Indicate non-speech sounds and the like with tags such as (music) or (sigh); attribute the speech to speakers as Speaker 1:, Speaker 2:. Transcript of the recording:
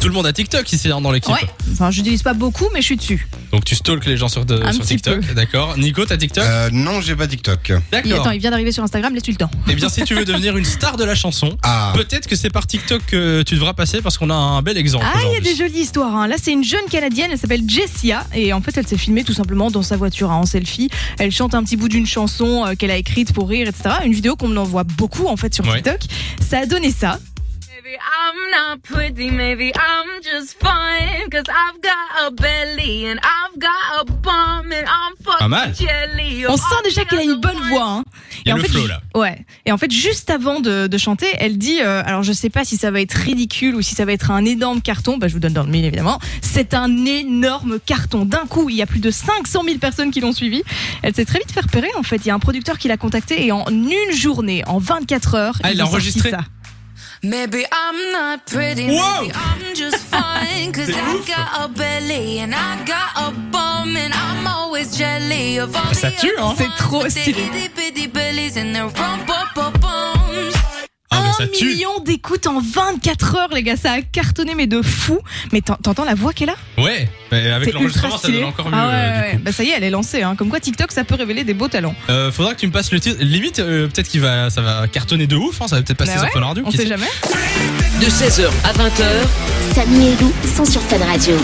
Speaker 1: Tout le monde a TikTok ici hein, dans l'équipe.
Speaker 2: Ouais. Enfin, j'utilise pas beaucoup, mais je suis dessus.
Speaker 1: Donc tu stalkes les gens sur, de-
Speaker 2: Un
Speaker 1: sur
Speaker 2: petit
Speaker 1: TikTok. D'accord. Nico, t'as TikTok
Speaker 3: Euh, non, j'ai pas TikTok.
Speaker 2: Il,
Speaker 1: D'accord.
Speaker 2: attends, il vient d'arriver sur Instagram, laisse-lui le temps.
Speaker 1: Eh bien, si tu veux devenir une star de la chanson,
Speaker 3: Ah,
Speaker 1: peut-être que c'est par TikTok que tu devras passer parce qu'on a un bel exemple.
Speaker 2: Ah, il y a
Speaker 1: aujourd'hui.
Speaker 2: des jolies histoires. hein. Là, c'est une jeune Canadienne, elle s'appelle Jessia, et en fait, elle s'est filmée tout simplement dans sa voiture hein, en selfie. Elle chante un petit bout d'une chanson euh, qu'elle a écrite pour rire, etc. Une vidéo qu'on envoie beaucoup en fait sur
Speaker 1: Ouais.
Speaker 2: TikTok. Ça a donné ça.
Speaker 4: Maybe I'm not pretty, maybe I'm just fine. Cause I've got a belly and I've got a bum and I'm
Speaker 1: Pas mal.
Speaker 4: fucking jelly.
Speaker 2: On sent déjà qu'elle a une bonne voix. hein.
Speaker 1: Il y a
Speaker 2: en
Speaker 1: le
Speaker 2: fait,
Speaker 1: flow
Speaker 2: ju-
Speaker 1: là.
Speaker 2: Ouais. Et en fait, juste avant de, de chanter, elle dit euh, alors je sais pas si ça va être ridicule ou si ça va être un énorme carton. Bah, je vous donne dans le mille évidemment. C'est un énorme carton. D'un coup, il y a plus de 500 000 personnes qui l'ont suivie. Elle s'est très vite fait repérer. En fait, il y a un producteur qui l'a contactée et en une journée, en 24 heures,
Speaker 1: Ah, il
Speaker 2: ils
Speaker 1: l'a
Speaker 2: ont sorti
Speaker 1: enregistré.
Speaker 2: ça.
Speaker 4: Maybe I'm not pretty,
Speaker 1: Wow.
Speaker 4: maybe I'm just
Speaker 2: (laughs)
Speaker 4: fine. Cause I've got a belly and I got a bum and I'm always jelly. Of all
Speaker 1: Ça
Speaker 4: the
Speaker 1: tue, hein.
Speaker 4: other
Speaker 2: C'est
Speaker 4: ones
Speaker 2: trop
Speaker 4: with their
Speaker 2: stylé.
Speaker 4: itty bitty bellies and their rump up up bums.
Speaker 1: Ah, mais
Speaker 2: un
Speaker 1: ça tue.
Speaker 2: million d'écoutes en 24 heures, les gars. Ça a cartonné, mais de fou. Mais t'en- t'entends la voix qu'elle a
Speaker 1: Ouais. Mais avec
Speaker 2: C'est
Speaker 1: l'enregistrement,
Speaker 2: ultra
Speaker 1: ça
Speaker 2: stylé.
Speaker 1: donne encore mieux.
Speaker 2: Ah ouais,
Speaker 1: euh, du
Speaker 2: ouais,
Speaker 1: coup.
Speaker 2: ouais. Bah, ça y est, elle est lancée. hein. Comme quoi, TikTok, ça peut révéler des beaux talents.
Speaker 1: Euh, faudra que tu me passes le titre. Limite, euh, peut-être qu'il va, ça va cartonner de ouf. hein, Ça va peut-être passer
Speaker 2: Bah
Speaker 1: sur
Speaker 2: ouais,
Speaker 1: Fun Radio.
Speaker 2: On
Speaker 1: qui
Speaker 2: sait
Speaker 1: sait.
Speaker 2: jamais.
Speaker 5: De 16h à 20h,
Speaker 6: Samy et Lou sont sur Fan Radio.